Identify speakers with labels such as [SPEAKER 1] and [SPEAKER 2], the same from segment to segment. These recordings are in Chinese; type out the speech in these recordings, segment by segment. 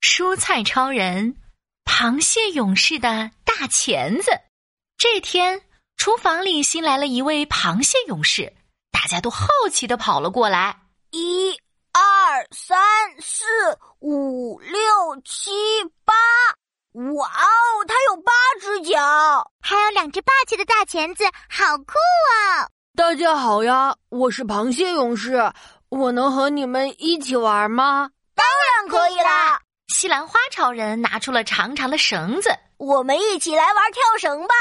[SPEAKER 1] 蔬菜超人、螃蟹勇士的大钳子。这天，厨房里新来了一位螃蟹勇士，大家都好奇的跑了过来。
[SPEAKER 2] 一、二、三、四、五、六、七、八。哇哦，它有八只脚，
[SPEAKER 3] 还有两只霸气的大钳子，好酷哦！
[SPEAKER 4] 大家好呀，我是螃蟹勇士，我能和你们一起玩吗？
[SPEAKER 2] 当然可以啦！
[SPEAKER 1] 西兰花超人拿出了长长的绳子，
[SPEAKER 2] 我们一起来玩跳绳吧！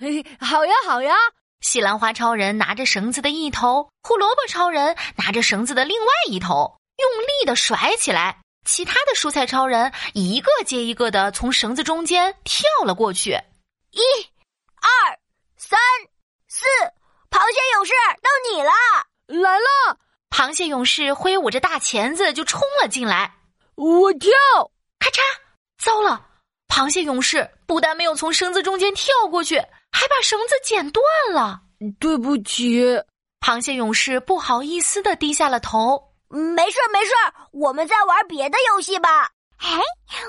[SPEAKER 4] 嘿，好呀，好呀！
[SPEAKER 1] 西兰花超人拿着绳子的一头，胡萝卜超人拿着绳子的另外一头，用力的甩起来。其他的蔬菜超人一个接一个的从绳子中间跳了过去，
[SPEAKER 2] 一、二、三、四，螃蟹勇士到你了！
[SPEAKER 4] 来了！
[SPEAKER 1] 螃蟹勇士挥舞着大钳子就冲了进来，
[SPEAKER 4] 我跳！
[SPEAKER 1] 咔嚓！糟了！螃蟹勇士不但没有从绳子中间跳过去，还把绳子剪断了。
[SPEAKER 4] 对不起！
[SPEAKER 1] 螃蟹勇士不好意思的低下了头。
[SPEAKER 2] 嗯没事没事，我们再玩别的游戏吧。
[SPEAKER 3] 哎，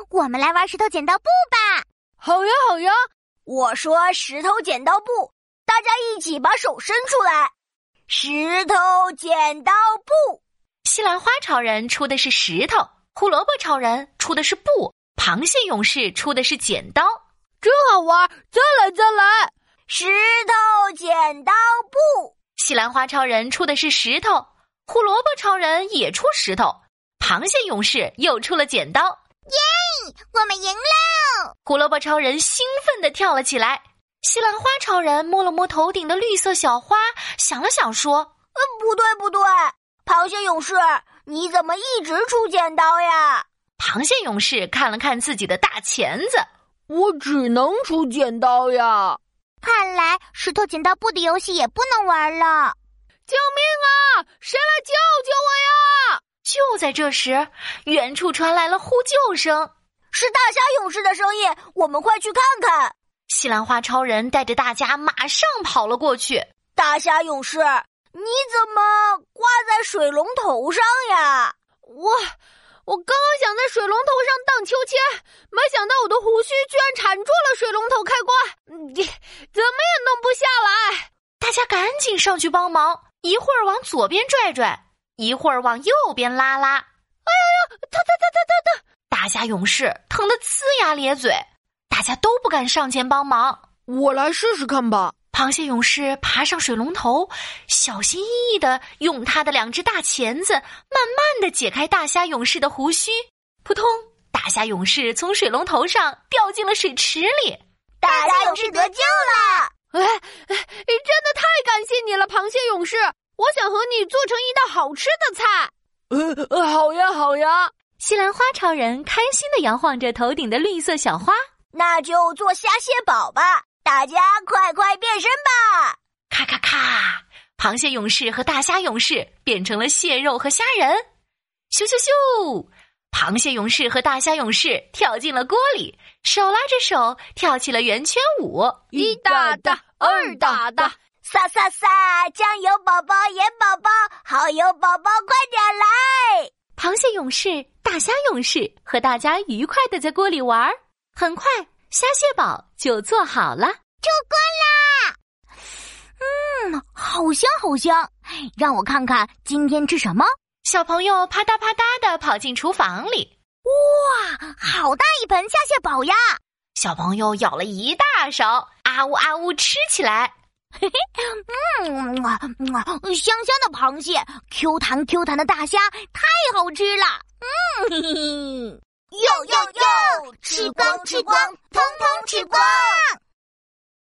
[SPEAKER 3] 我们来玩石头剪刀布吧。
[SPEAKER 4] 好呀好呀，
[SPEAKER 2] 我说石头剪刀布，大家一起把手伸出来。石头剪刀布，
[SPEAKER 1] 西兰花超人出的是石头，胡萝卜超人出的是布，螃蟹勇士出的是剪刀，
[SPEAKER 4] 真好玩！再来再来，
[SPEAKER 2] 石头剪刀布，
[SPEAKER 1] 西兰花超人出的是石头。胡萝卜超人也出石头，螃蟹勇士又出了剪刀，
[SPEAKER 3] 耶！我们赢喽！
[SPEAKER 1] 胡萝卜超人兴奋的跳了起来。西兰花超人摸了摸头顶的绿色小花，想了想说：“
[SPEAKER 2] 呃，不对不对，螃蟹勇士，你怎么一直出剪刀呀？”
[SPEAKER 1] 螃蟹勇士看了看自己的大钳子：“
[SPEAKER 4] 我只能出剪刀呀！”啊
[SPEAKER 3] 看来石头剪刀布的游戏也不能玩了。
[SPEAKER 4] 救命啊！谁来救救我呀？
[SPEAKER 1] 就在这时，远处传来了呼救声，
[SPEAKER 2] 是大虾勇士的声音。我们快去看看！
[SPEAKER 1] 西兰花超人带着大家马上跑了过去。
[SPEAKER 2] 大虾勇士，你怎么挂在水龙头上呀？
[SPEAKER 4] 我，我刚刚想在水龙头上荡秋千，没想到我的胡须居然缠住了水龙头开关，你怎么也弄不下来。
[SPEAKER 1] 大家赶紧上去帮忙。一会儿往左边拽拽，一会儿往右边拉拉。哎
[SPEAKER 4] 呀呀！疼疼疼疼疼疼！
[SPEAKER 1] 大虾勇士疼得呲牙咧嘴，大家都不敢上前帮忙。
[SPEAKER 4] 我来试试看吧。
[SPEAKER 1] 螃蟹勇士爬上水龙头，小心翼翼的用他的两只大钳子慢慢的解开大虾勇士的胡须。扑通！大虾勇士从水龙头上掉进了水池里。
[SPEAKER 2] 大虾勇士得救了！
[SPEAKER 4] 哎哎，真的太感谢你了，螃蟹勇士！我想和你做成一道好吃的菜。呃，好呀，好呀！
[SPEAKER 1] 西兰花超人开心的摇晃着头顶的绿色小花。
[SPEAKER 2] 那就做虾蟹堡吧，大家快快变身吧！
[SPEAKER 1] 咔咔咔！螃蟹勇士和大虾勇士变成了蟹肉和虾仁。咻咻咻！螃蟹勇士和大虾勇士跳进了锅里，手拉着手跳起了圆圈舞。
[SPEAKER 4] 一哒哒，二哒哒，
[SPEAKER 2] 撒撒撒，酱油宝宝、盐宝宝、蚝油宝宝，快点来！
[SPEAKER 1] 螃蟹勇士、大虾勇士和大家愉快的在锅里玩儿。很快，虾蟹堡就做好了，
[SPEAKER 3] 出
[SPEAKER 2] 锅啦！嗯，好香好香，让我看看今天吃什么。
[SPEAKER 1] 小朋友啪嗒啪嗒的跑进厨房里，
[SPEAKER 2] 哇，好大一盆虾蟹堡呀！
[SPEAKER 1] 小朋友舀了一大勺，啊呜啊呜吃起来。
[SPEAKER 2] 嘿嘿，嗯，香香的螃蟹，Q 弹 Q 弹的大虾，太好吃了。嗯，嘿嘿，哟哟哟，
[SPEAKER 5] 吃光吃光，通通吃光。